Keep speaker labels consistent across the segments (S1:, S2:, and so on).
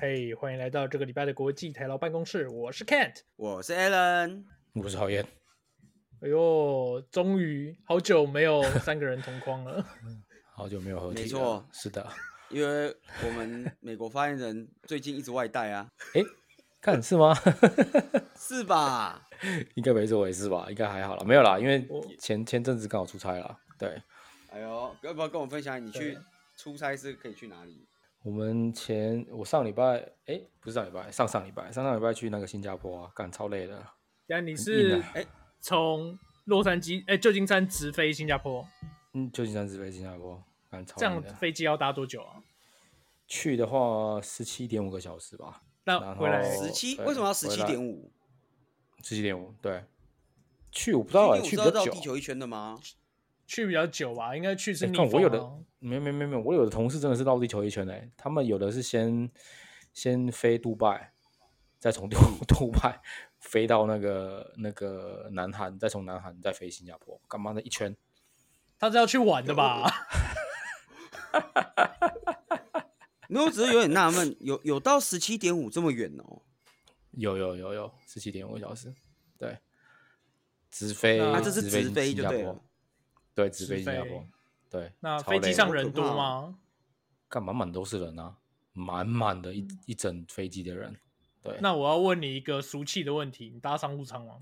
S1: 嘿欢迎来到这个礼拜的国际台劳办公室，我是 Kent。
S2: 我是 Alan，
S3: 我是讨厌，
S1: 哎呦，终于好久没 有三个人同框了。
S3: 好久没有合体了。
S2: 没错
S3: 是的。
S2: 因为我们美国发言人最近一直外带啊，
S3: 哎，看是吗？
S2: 是吧？
S3: 应该没这回事吧？应该还好啦，没有啦，因为
S1: 我
S3: 前前阵子刚好出差啦。对，
S2: 哎呦，要不要跟我分享你去
S1: 对
S2: 出差是可以去哪里？
S3: 我们前我上礼拜，哎，不是上礼拜，上上礼拜，上上礼拜去那个新加坡啊，干超累的。
S1: 但你
S3: 硬
S1: 是
S3: 啊
S2: 哎
S1: 从洛杉矶哎旧金山直飞新加坡，
S3: 嗯，旧金山直飞新加坡，干超
S1: 这
S3: 累
S1: 样
S3: 的。
S1: 飞机要搭多久啊？
S3: 去的话十七点五个小时吧，
S1: 那
S3: 然
S1: 回来
S3: 后
S2: 十七？
S3: 哦对
S2: 为什么要十
S3: 回
S2: 七
S3: 来
S2: 点五？
S3: 十七点五对。去我不知道哎、
S2: 你
S3: 去
S2: 知道
S3: 比较
S2: 绕
S3: 久
S2: 地。球一圈的吗？
S1: 去比较久吧，应该去是
S3: 欸
S1: 逆
S3: 看
S1: 风、啊
S3: 我有的没有没有没有没有，我有的同事真的是绕地球一圈嘞、他们有的是先先飞杜拜，再从杜
S1: 嗯
S3: 杜拜飞到那个那个南韩，再从南韩再飞新加坡，干嘛的一圈？
S1: 他是要去玩的吧？
S2: 没有，我只是有点纳闷，有有到十七点五这么远哦？
S3: 有有有有，十七点五个小时，对，直飞，
S1: 那
S2: 啊，
S1: 啊
S2: 这是
S3: 直
S2: 直飞
S3: 新
S2: 就
S3: 加
S2: 对
S3: 坡
S2: 了，，
S3: 对，直
S1: 直
S3: 飞新加
S1: 飞
S3: 坡，对，
S1: 那
S3: 超
S1: 飞机
S3: 累
S1: 上
S3: 的
S1: 人多
S2: 好可怕
S1: 吗？
S3: 干满满都是人啊，满满的一一整飞机的人，对，
S1: 嗯那我要问你一个俗气的问题，你搭商务舱吗？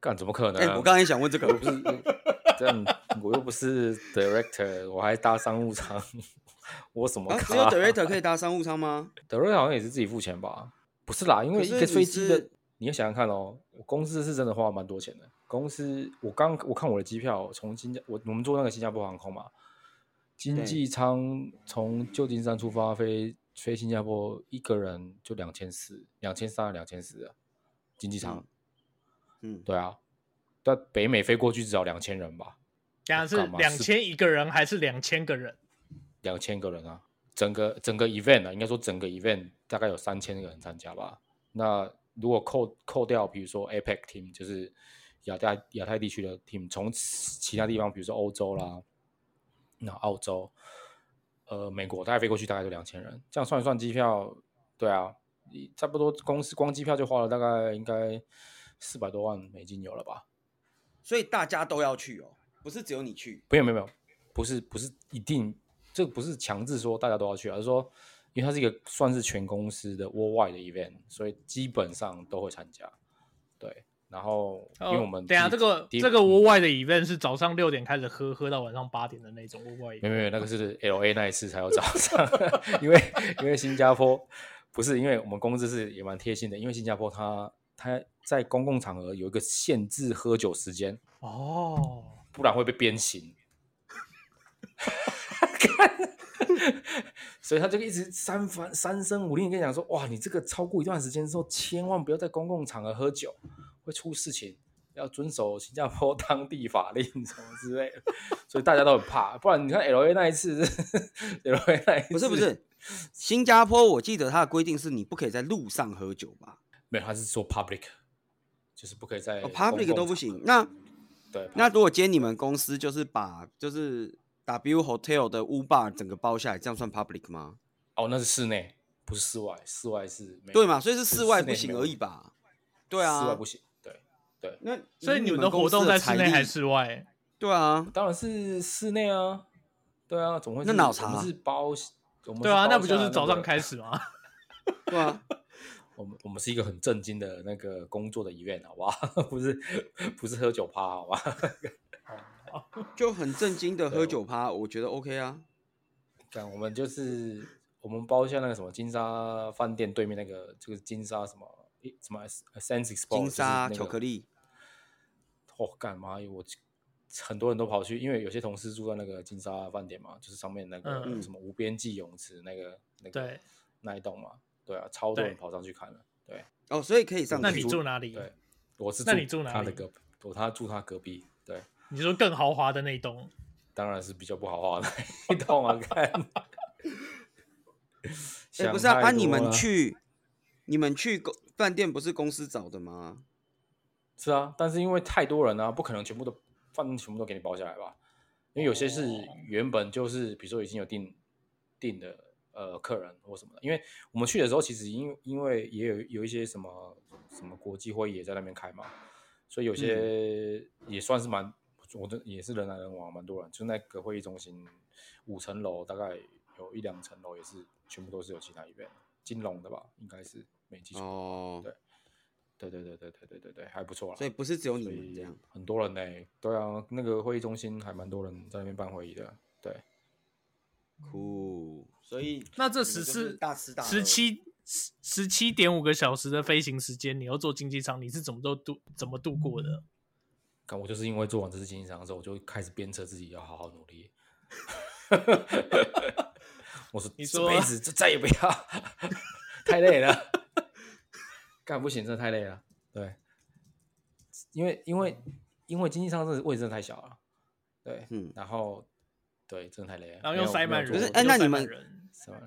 S3: 干怎么可能？
S2: 哎，我刚才想问这个，
S3: 不是，这样我又不是 director，我还搭商务舱，我什么
S2: 啊，
S3: 咖？
S2: 只有 Director 可以搭商务舱吗？
S3: director 好像也是自己付钱吧？不是啦，因为
S2: 可
S3: 一
S2: 是
S3: 个飞机的，
S2: 你是
S3: 你要想想看哦，我公司是真的花蛮多钱的。公司我刚我看我的机票从新加我我们坐那个新加坡航空嘛，经
S2: 对
S3: 济舱从旧金山出发飞飞新加坡，一个人就两千四、两千三、两千四，经济舱。
S2: 嗯嗯，
S3: 对啊，但北美飞过去至少两千人吧。
S1: 等下啊是
S3: 干嘛
S1: 两千一个人还是两千个人？
S3: 两千个人啊，整个整个 event 啊，应该说整个 event 大概有三千个人参加吧。那如果扣扣掉，比如说 APEC team，就是亚太亚太地区的 team，从其他地方，比如说欧洲啦，那澳洲，呃，美国，大概飞过去大概就两千人，这样算一算机票，对啊，你差不多公司光机票就花了大概应该四百多万美金有了吧？
S2: 所以大家都要去哦，不是只有你去。
S3: 没有没有没有，不是不是一定，这个不是强制说大家都要去，啊而是说，因为它是一个算是全公司的 worldwide 的 event，所以基本上都会参加。对，然后因为我们
S1: 哦等一下这
S3: 第一
S1: 个
S3: 第一
S1: 这个
S3: 嗯
S1: 国外的 event 是早上六点开始喝，喝到晚上八点的那种国外
S3: 没
S1: event。
S3: 有没有，那个是 L A 那一次才有早上， 因为因为新加坡不是，因为我们公司是也蛮贴心的，因为新加坡它它在公共场合有一个限制喝酒时间，
S1: 哦，
S3: 不然会被鞭刑。 所以他就一直三番三声五令地跟你讲说：“哇，你这个超过一段时间之后，千万不要在公共场合喝酒，会出事情，要遵守新加坡当地法令什么之类的。” 所以大家都很怕，不然你看 L A 那一次，L A 那一次
S2: 不是不是，新加坡我记得它的规定是你不可以在路上喝酒吧？
S3: 没有，他是说 public，就是不可以在
S2: 哦
S3: 公共场合、
S2: ，public 都不行。那
S3: 对，
S2: 那如果今天你们公司就是把就是 W Hotel 的 U Bar 整个包下来，这样算 public 吗？
S3: 哦，那是室内，不是室外，室外是没有
S2: 对嘛，所以是
S3: 是
S2: 室外
S3: 室内
S2: 不
S3: 没
S2: 行
S3: 有
S2: 而已吧？对啊，
S3: 室外不行，对。
S2: 那
S1: 所以
S2: 你
S1: 你们
S2: 们
S1: 的
S2: 公
S1: 活
S2: 司
S1: 动在
S2: 财
S1: 室内
S2: 力
S1: 还是室外？
S2: 对啊？
S3: 当然是室内啊，对啊，总会是
S2: 那脑残
S3: 我们是包，我们是
S1: 对啊，
S3: 包
S1: 那不就
S3: 下
S1: 是早上
S3: 个
S1: 开？始吗？
S2: 对啊，
S3: 我们我们是一个很正经的那个工作的 event，好不好？ 不是不是喝酒趴，好吧？
S2: 就很正经的喝
S3: 我
S2: 酒趴，我觉得 OK 啊。
S3: 看我们就是我们包下那个什么金沙饭店对面那个就是金沙什么诶什么 Sense Expo
S2: 金沙巧克
S3: 力。
S2: 力，
S3: 哦，干嘛？我很多人都跑去，因为有些同事住在那个金沙饭店嘛，就是上面那个
S1: 嗯
S3: 什么无边际泳池那个那个
S1: 对
S3: 那一栋嘛，对啊，超多人
S1: 对
S3: 跑上去看了，对
S2: 哦，所以可以上
S1: 那
S2: 去
S1: 你住哪里？
S3: 对，我是
S1: 那你住哪
S3: 他的
S1: 里
S3: 隔，我他住他隔壁，对，
S1: 你说更豪华的那一栋，
S3: 当然是比较不好画的那一 栋啊，看，
S2: 哎、
S3: 想
S2: 不是啊，
S3: 太
S2: 啊你
S3: 多
S2: 们
S3: 了
S2: 去，你们去公饭店不是公司找的吗？
S3: 是啊，但是因为太多人啊，不可能全部都饭店全部都给你包下来吧？因为有些是
S1: 哦
S3: 原本就是，比如说已经有订订的，呃客人或什么的，因为我们去的时候其实因因为也有有一些什么什么国际会议也在那边开嘛，所以有些也算是蛮，我这也是人来人往，蛮多人，就那个会议中心五层楼大概有一两层楼也是全部都是有其他 event，金融的吧，应该是没记错。
S2: 哦，
S3: 对对对对对对对对对，还不错啦。
S2: 所以不是只有你
S3: 所
S2: 们
S3: 以
S2: 这样，
S3: 很多人呢、对啊，那个会议中心还蛮多人在那边办会议的，对，
S2: 酷。所以
S1: 那这
S2: 你们就
S1: 十
S2: 是
S1: 四
S2: 大吃大喝
S1: 十七十十七点五个小时的飞行时间，你要坐经济舱，你是怎么都度怎么度过的？
S3: 看我就是因为做完这次经济舱之后，我就开始鞭策自己要好好努力。 我说，
S1: 你
S3: 这
S1: 说
S3: 辈子就再也不要，太累了，干不行，真的太累了。对，因为因为因为经济舱真的位置真的太小了，对，
S2: 嗯
S3: 然后对，真的太累了，
S1: 然后
S3: 没
S1: 又
S3: 有
S1: 塞
S3: 没有
S1: 满
S3: 做
S1: 人，
S2: 不是
S1: 又
S2: 哎那
S1: 塞
S2: 你
S1: 满
S2: 们
S1: 人
S3: 什么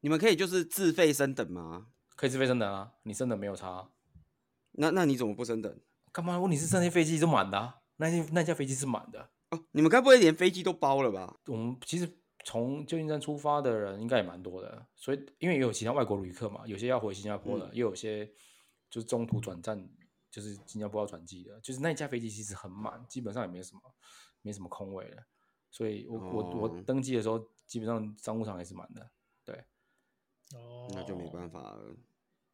S2: 你们可以就是自费升等吗？
S3: 可以自费升等啊，你升等没有差啊、
S2: 那那你怎么不升等？
S3: 干嘛？问题是那些飞机都满的、啊，那些那架飞机是满的。
S2: 哦，你们该不会连飞机都包了吧？
S3: 我们其实从旧金山出发的人应该也蛮多的，所以因为也有其他外国旅客嘛，有些要回新加坡的，也有些就是中途转站，就是新加坡要转机的，就是那架飞机其实很满，基本上也没什么没什么空位了。所以我、我我
S2: 哦
S3: 登机的时候，基本上商务舱也是满的。
S1: 哦，
S2: 那就没办法了。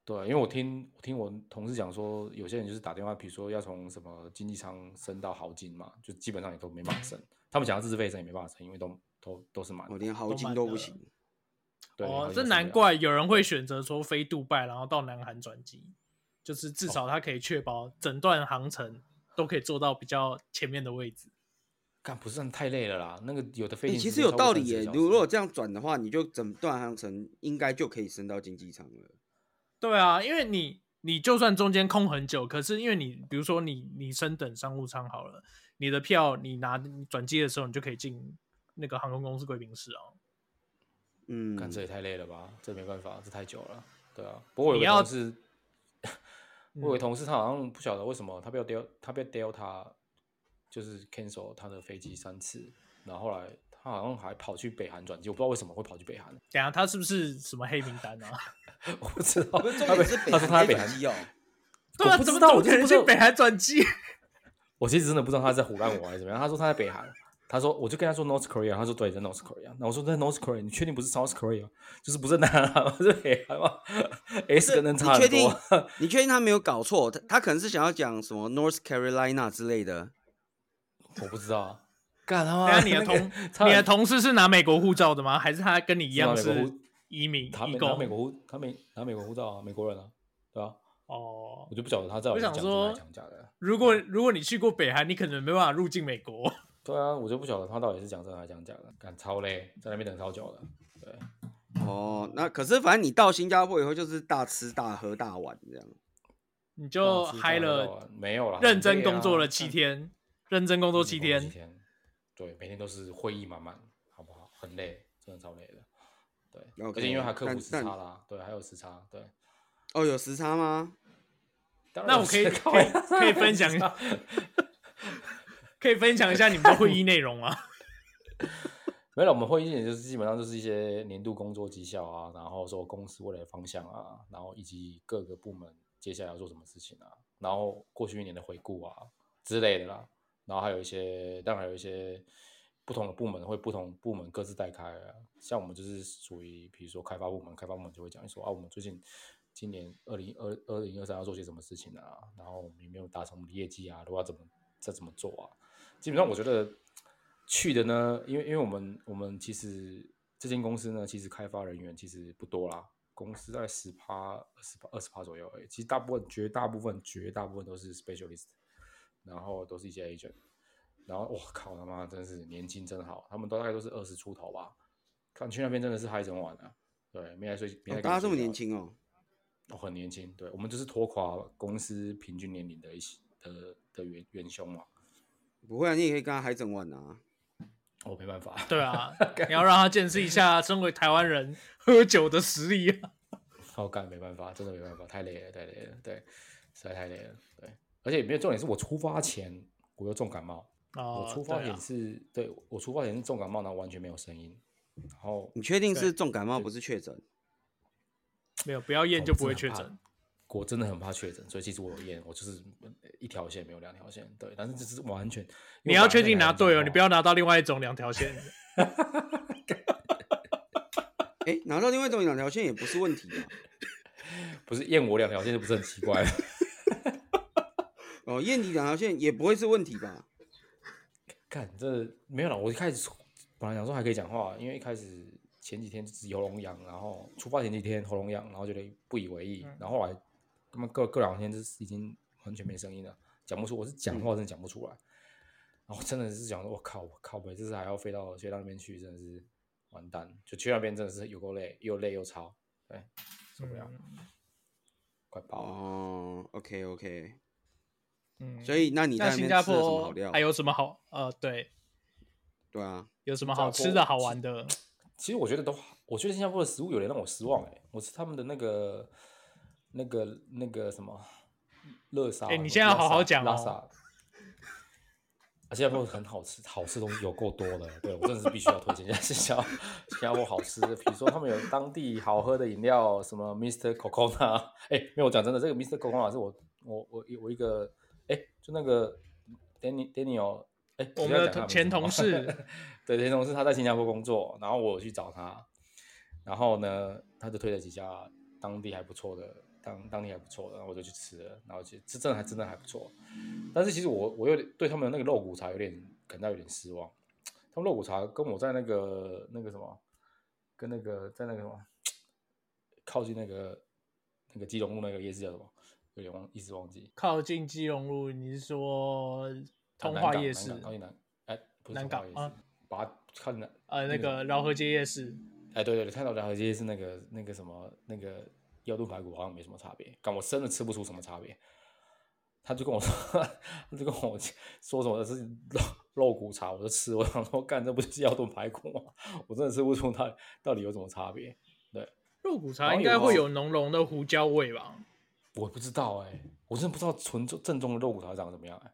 S3: 对，啊因为我听我听我同事讲说，有些人就是打电话，比如说要从什么经济舱升到豪金嘛，就基本上也都没办法升。他们想要自费升也没办法升，因为都都都是满
S2: 我
S3: 的。
S2: 连豪
S1: 都
S2: 金
S1: 满
S2: 都不
S1: 了
S2: 行。
S3: 对，
S1: 哦
S3: 豪金，
S1: 这
S3: 是
S1: 难
S3: 样
S1: 怪有人会选择说飞杜拜，然后到南韩转机，就是
S3: 哦
S1: 至少他可以确保整段航程都可以坐到比较前面的位置。
S3: 干不是太累了啦。那个有的飞
S2: 欸
S3: 行
S2: 其
S3: 时
S2: 实
S3: 间
S2: 有
S3: 超过
S2: 道理
S3: 30个
S2: 耶。
S3: 小
S2: 如
S3: 时
S2: 果这样转的话，你就整段航程应该就可以升到经济舱了。
S1: 对啊，因为你你就算中间空很久，可是因为你比如说你你升等商务舱好了，你的票你拿你转机的时候，你就可以进那个航空公司贵宾室啊。
S2: 嗯，
S3: 干这也太累了吧，这没办法，这太久了。对啊，不过我有
S1: 你
S3: 个
S1: 要嗯
S3: 同事， 我有个同事他好像不晓得为什么他被 d 他被 Delta 就是 cancel 他的飞机三次，然后后来他好像还跑去北韩转机，我不知道为什么会跑去北韩，
S1: 等一下他是不是什么黑名单啊？
S3: 我不知道。
S2: 不是重
S3: 他被
S2: 点是北
S3: 他
S2: 韩
S3: 说他在
S2: 飞
S3: 北韩
S2: 机哦，
S1: 对啊，
S3: 不
S1: 怎
S3: 知
S1: 么
S3: 道，
S1: 怎
S3: 我
S1: 么可
S3: 真的
S1: 能
S3: 不
S1: 去
S3: 知道
S1: 北韩转 机？
S3: 我其实真的不知道他在胡乱我还是怎么样。他说他在北韩，他说我就跟他说 North Korea，他说对，在 North Korea。那我说在 North Korea，你确定不是 South Korea，就是不是南韩吗？ 是北韩吗？S 跟 N 差
S2: 你确
S3: 很
S2: 定
S3: 多。？
S2: 哦你确定他没有搞错？他他可能是想要讲什么 North Carolina 之类的。
S3: 我不知道啊，干他
S1: 等
S3: 妈！
S1: 一下你的
S3: 那个
S1: 同
S3: 差
S1: 你
S3: 点
S1: 的同事是拿美国护照的吗？还是他跟你一样
S3: 是拿美国
S1: 是
S3: 护
S1: 移民
S3: 他
S1: 移
S3: 美拿美国
S1: 工？
S3: 护，他美拿美国护照啊，美国人啊，对啊，
S1: 哦
S3: 我，就不晓得他在
S1: 我
S3: 底
S1: 想
S3: 讲真的还
S1: 说
S3: 是讲假的。
S1: 如果如果你去过北韩，你可能没办法入境美国。
S3: 对啊，我就不晓得他到底是讲真的还是讲假的，干超累，在那边等超久了。对，
S2: 哦，那可是反正你到新加坡以后就是大吃大喝大玩这样。
S1: 你就
S3: 大吃大
S1: 嗨
S3: 喝到
S1: 了
S3: 晚，没有啦，
S1: 认
S3: 很
S1: 真
S3: 累
S1: 工
S3: 啊
S1: 作了七
S3: 干
S1: 天，认真工作七
S3: 工作
S1: 天，
S3: 对，每天都是会议满满，好不好？很累，真的超累的。对
S2: OK，
S3: 而且因为还克服
S2: 但
S3: 时差
S2: 但
S3: 啦，对，还有时差，对。
S2: 哦，有时差吗？
S3: 当
S1: 那
S3: 然有
S1: 我 可以
S3: 时差
S1: 可以可以分享一下，可以分享一下你们的会议内容吗？
S3: 没有，我们会议也就是基本上就是一些年度工作绩效啊，然后说公司未来的方向啊，然后以及各个部门接下来要做什么事情啊，然后过去一年的回顾啊之类的啦，然后还有一些，当然有一些不同的部门会不同部门各自带开啊，像我们就是属于比如说开发部门，开发部门就会讲说啊，我们最近今年二零二二零二三要做些什么事情啊，然后我们有没有达成我们的业绩啊，如果要怎么再怎么做啊，基本上我觉得去的呢，因为因为我们我们其实这间公司呢，其实开发人员其实不多啦，公司在十趴、二十趴、二十趴左右而已。其实大部分、绝大部分、绝大部分都是 specialist，然后都是一些 agent。然后我靠他妈，真是年轻真好，他们都大概都是二十出头吧。看去那边真的是嗨整晚啊，对，没来睡，
S2: 哦
S3: 没来、跟你
S2: 大家这么
S3: 睡觉
S2: 年轻哦。
S3: 哦，很年轻，对我们就是拖垮公司平均年龄的一些的的元元凶嘛。
S2: 不会啊，你也可以跟他嗨整晚啊。
S3: 我、哦没办法，
S1: 对啊，你要让他见识一下身为台湾人喝酒的实力啊！
S3: 好干没办法，真的没办法，太累了，太累了，对，实在太累了，对。而且没有重点是我出发前我又重感冒，
S1: 哦
S3: 我出
S1: 对
S3: 发
S1: 啊
S3: 前是对,、我出发前是重感冒，然后完全没有声音，然后
S2: 你确定
S1: 对
S2: 是重感冒不是确诊？
S1: 没有不要验就不会确
S3: 我真的
S1: 诊
S3: 很。我真的很怕确诊，所以其实我有验，我就是一条线没有两条线，对，但是这是完全
S1: 你要确定拿对哦，你不
S3: 要
S1: 要拿到另外一种两条线。
S2: 哎、拿到另外一种两条线也不是问题啊。
S3: 不是验我两条线，这不是很奇怪吗？
S2: 哦，验你两条线也不会是问题吧？
S3: 看这没有了，我一开始本来想说还可以讲话，因为一开始前几天就是喉咙痒，然后出发前几天喉咙痒，然后觉得不以为意，然后后来他们各各两天就是已经完全没声音了，讲不出，我是讲话真的讲不出来，然后真的是想说，我靠，我靠，我这次还要飞到飞到那边去，真的是完蛋，就去那边真的是有够累，又累又超，对，受不了，快爆了。
S2: 哦，OK OK，
S1: 嗯，
S2: 所以那你在
S1: 那
S2: 那
S1: 新
S2: 边
S1: 加
S2: 吃了什么好
S1: 坡
S2: 料？
S1: 还有什么好？呃，对，
S2: 对啊，
S1: 有什么
S3: 新加
S1: 好吃
S3: 坡
S1: 的好玩的？
S3: 其实我觉得都好，我觉得新加坡的食物有点让我失望哎、我吃他们的那个、那个、那个什么啊乐沙。
S1: 哎你现在要好好讲哦
S3: 拉萨。啊，新加坡很好吃，好吃的东西有够多的。对我真的是必须要推荐一下 新加坡新加坡好吃的，比如说他们有当地好喝的饮料，什么 Mr. Coconut。哎，没有，我讲真的，这个 Mr. Coconut 是我我我我一个哎，就那个 Danny Daniel，哎，
S1: 我
S3: 不
S1: 们
S3: 要
S1: 的同
S3: 讲他名字
S1: 前
S3: 好
S1: 同事
S3: 对，前同事他在新加坡工作，然后我有去找他，然后呢，他就推了几家当地还不错的，当当地还不错的，然后我就去吃了，然后其实这真的还真的还不错，但是其实我我有点对他们的那个肉骨茶有点感到有点失望，他们肉骨茶跟我在那个那个什么，跟那个在那个什么，靠近那个那个基隆路那个夜市叫什么，有点忘一时忘记，
S1: 靠近基隆路，你是说
S3: 啊
S1: 通
S3: 南
S1: 化
S3: 港
S1: 夜
S3: 南
S1: 市
S3: 港？靠近南哎不是
S1: 南
S3: 通化
S1: 港
S3: 夜
S1: 啊
S3: 市，把它靠近南
S1: 呃，那个饶河街夜市，
S3: 哎，对对对，泰到两河街是那个那个什么那个腰炖排骨，好像没什么差别，但我真的吃不出什么差别。他就跟我说，他就跟我说什么是肉肉骨茶，我就吃，我想说，干这不就是腰炖排骨吗？我真的吃不出它到底有什么差别，
S1: 肉骨
S3: 然
S1: 茶
S3: 后
S1: 应
S3: 有
S1: 该会
S3: 哦
S1: 有浓浓的胡椒味吧？
S3: 我不知道哎、我真的不知道纯正正宗的肉骨茶长怎么样哎、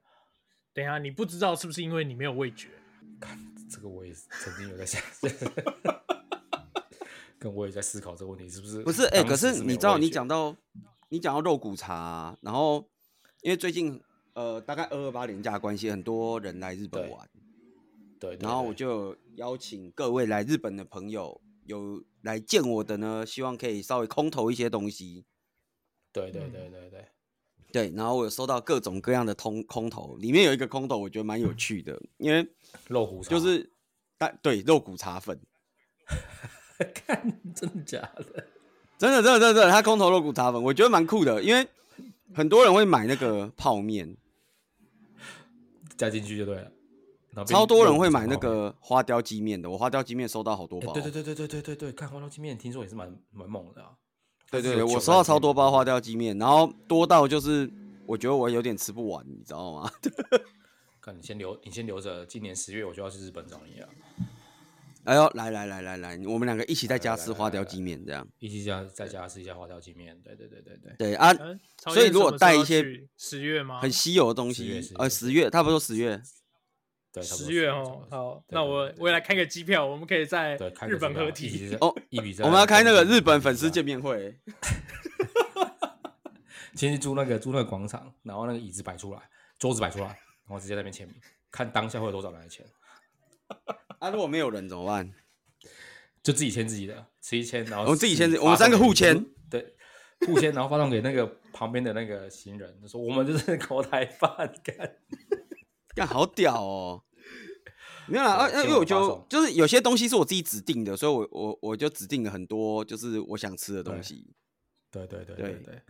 S1: 等一下，你不知道是不是因为你没有味 觉？
S3: 这个我也是曾经有在想， 跟我也在思考这个问题，是不是？
S2: 不是哎、可
S3: 是
S2: 是
S3: 没
S2: 你
S3: 有
S2: 知道
S3: 味
S2: 你
S3: 觉
S2: 讲到你讲到肉骨茶啊、然后因为最近呃大概二二八年假的关系，很多人来日本
S3: 对
S2: 玩，
S3: 对，对
S2: 然后
S3: 对
S2: 我就有邀请各位来日本的朋友有来见我的呢，希望可以稍微空投一些东西。
S3: 对对
S1: 嗯
S3: 对对对，
S2: 对，然后我有收到各种各样的通空投，里面有一个空投我觉得蛮有趣的，因为
S3: 肉骨茶
S2: 就是大对肉骨茶粉，
S3: 看，真的假的？
S2: 真的真的真的，他空投肉骨茶粉，我觉得蛮酷的，因为很多人会买那个泡面，
S3: 加进去就对了。然后变
S2: 超多人
S3: 啊肉
S2: 会
S3: 骨
S2: 买
S3: 茶
S2: 那
S3: 泡面。
S2: 个花雕鸡面的，我花雕鸡面收到好多
S3: 哎
S2: 包，
S3: 对对对对对对对对，看花雕鸡面，听说也是蛮蛮猛的啊。
S2: 对对
S3: 它是
S2: 对，
S3: 有
S2: 我
S3: 九
S2: 收到
S3: 层
S2: 超多包
S3: 面
S2: 花雕鸡面，然后多到就是我觉得我有点吃不完，你知道吗？
S3: 看你先留，你先留着，今年十月我就要去日本找你啊，
S2: 哎呦，来来来来来，我们两个一起在家
S3: 来来
S2: 吃
S3: 来
S2: 花
S3: 来
S2: 雕
S3: 来
S2: 鸡面这样。
S3: 一起家在家吃一下花雕鸡面。对对对对对，
S2: 对啊，
S1: 嗯，
S2: 所以如果带一些
S1: 十月吗？
S2: 很稀有的东
S3: 十月
S2: 西
S3: 十，
S2: 呃，
S3: 月
S2: 十月差不多十月，
S3: 对，差不多
S1: 十月
S3: 差不
S1: 哦
S3: 多，
S1: 好，
S3: 对
S1: 那
S3: 对
S1: 我
S3: 对
S1: 我也来
S3: 对
S1: 开个机票，我们可以在
S3: 对开
S1: 日
S3: 个
S1: 本
S3: 支票
S1: 合
S3: 一
S1: 体
S3: 起。在
S2: 哦
S3: 一比在
S2: 我们要开那个
S3: 东京
S2: 日本
S3: 一比
S2: 粉丝
S3: 在
S2: 见面会。
S3: 先去租那个租那个广场，然后那个椅子摆出来，桌子摆出来，然后直接在那边签名，看当下会有多少人来签，
S2: 啊，如果没有人怎么办？
S3: 就自己签自己的，自己签，然后
S2: 我哦们自己签
S3: 发
S2: 我们三个
S3: 送给嗯
S2: 互签，
S3: 对，互签，然后发送给那个 旁边的那个行人，就说我们就是 口袋饭，干
S2: 干好屌哦！没有啦，啊
S3: 对
S2: 啊因
S3: 先
S2: 为我
S3: 往发
S2: 就
S3: 送
S2: 就是有些东西是我自己指定的，所以我我我就指定了很多就是我想吃的东
S3: 对
S2: 西。
S3: 对对对
S2: 对
S3: 对对，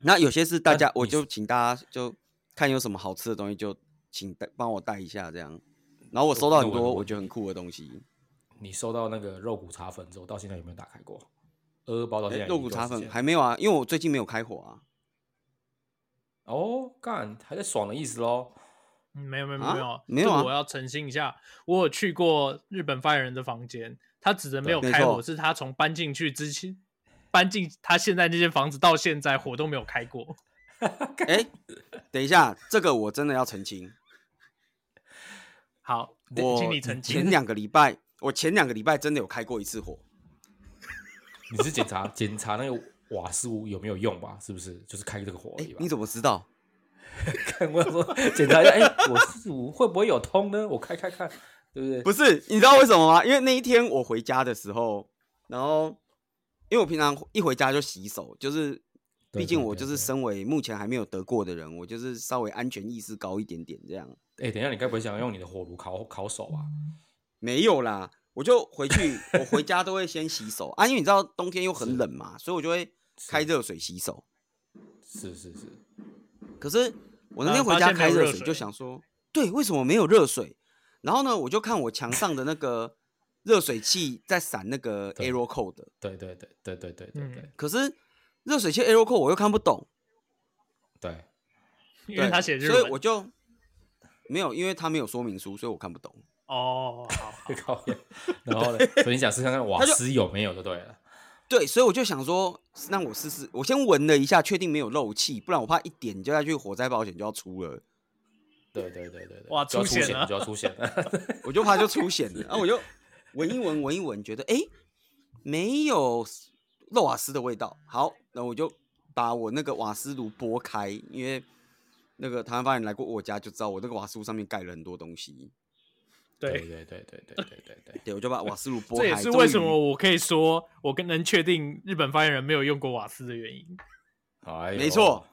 S2: 那有些是大
S3: 那
S2: 家，我
S3: 你
S2: 就请大家就看有什么好吃的东西，就请带帮我带一下这样。然后我收到
S3: 那
S2: 很
S3: 我有
S2: 多
S3: 个
S2: 我
S3: 问
S2: 觉得很酷的东西，
S3: 你收到那个肉骨茶粉之后，到现在有没有打开过？二二包到现
S2: 诶
S3: 在
S2: 肉骨
S3: 已经
S2: 茶
S3: 多少时
S2: 粉
S3: 间
S2: 还没有啊，因为我最近没有开火啊。
S3: 哦，干还在爽的意思喽？
S1: 嗯没有没有
S2: 啊
S1: 没有
S2: 没有
S1: 这
S2: 啊
S1: 我要澄清一下，我有去过日本发言人的房间，他指的没有
S2: 对
S1: 开
S2: 没
S1: 火，
S2: 错
S1: 是他从搬进去之前，搬进他现在那间房子到现在火都没有开 过。
S2: 哎、 等一下，这个我真的要澄清，
S1: 好，
S2: 我
S1: 请你澄
S2: 前
S1: 清。
S2: 两个礼拜我前两个礼拜真的有开过一次火，
S3: 你是检查 检查那个瓦斯炉有没有用吧？是不是？就是开这个火而
S2: 哎、
S3: 已吧。
S2: 你怎么知道？
S3: 看我想说检查一下，哎、我四五会不会有通呢？我开开看，对不对？
S2: 不是，你知道为什么吗？因为那一天我回家的时候，然后因为我平常一回家就洗手，就是
S3: 对
S2: 毕竟
S3: 对
S2: 我
S3: 对
S2: 就是
S3: 对
S2: 身为目前还没有得过的人，我就是稍微安全意识高一点点这样。
S3: 哎、等一下，你该不会想用你的火炉烤烤手吧？
S2: 没有啦，我就回去，我回家都会先洗手啊，因为你知道冬天又
S3: 是
S2: 很冷嘛，所以我就会开热水洗手。
S3: 是是是，
S2: 可是我那
S1: 啊
S2: 天回
S1: 发
S2: 家
S1: 现没
S2: 开
S1: 有
S2: 热
S1: 热
S2: 水，就
S1: 水
S2: 想说，对，为什么没有热水？然后呢，我就看我墙上的那个 热水器在闪那个
S3: 对
S2: arrow code，
S3: 对对对对对对对对
S1: 嗯
S2: 可是热水器 arrow code 我又看不懂，
S3: 对，
S1: 因为
S2: 对
S1: 他写日
S2: 所以
S1: 文
S2: 我就没有，因为他没有说明书，所以我看不懂。
S1: 哦，好，好
S3: 靠腰然后呢？所以你想试看看瓦
S2: 他就
S3: 斯有没有就对了。
S2: 对，所以我就想说，那我试试，我先闻了一下，确定没有漏气，不然我怕一点就要去火灾保险就要出了，
S3: 对对对对对，
S1: 哇
S3: 就要
S1: 出
S3: 出
S1: 现
S3: 险
S1: 了
S3: 就要出险了。
S2: 我就怕就出险了。然啊后我就闻一闻，闻一闻，觉得诶没有漏瓦斯的味道。好，那我就把我那个瓦斯炉拨开，因为那个台湾发言人来过我家就知道，我那个瓦斯炉上面盖了很多东西。
S1: 对，
S3: 对对对对对对对对，
S2: 对，我就把瓦斯炉拨
S1: 这
S2: 开。
S1: 也是
S2: 终
S1: 为什
S2: 于
S1: 么我可以说我跟能确定日本发言人没有用过瓦斯的原因。
S3: 哎呦
S2: 没错，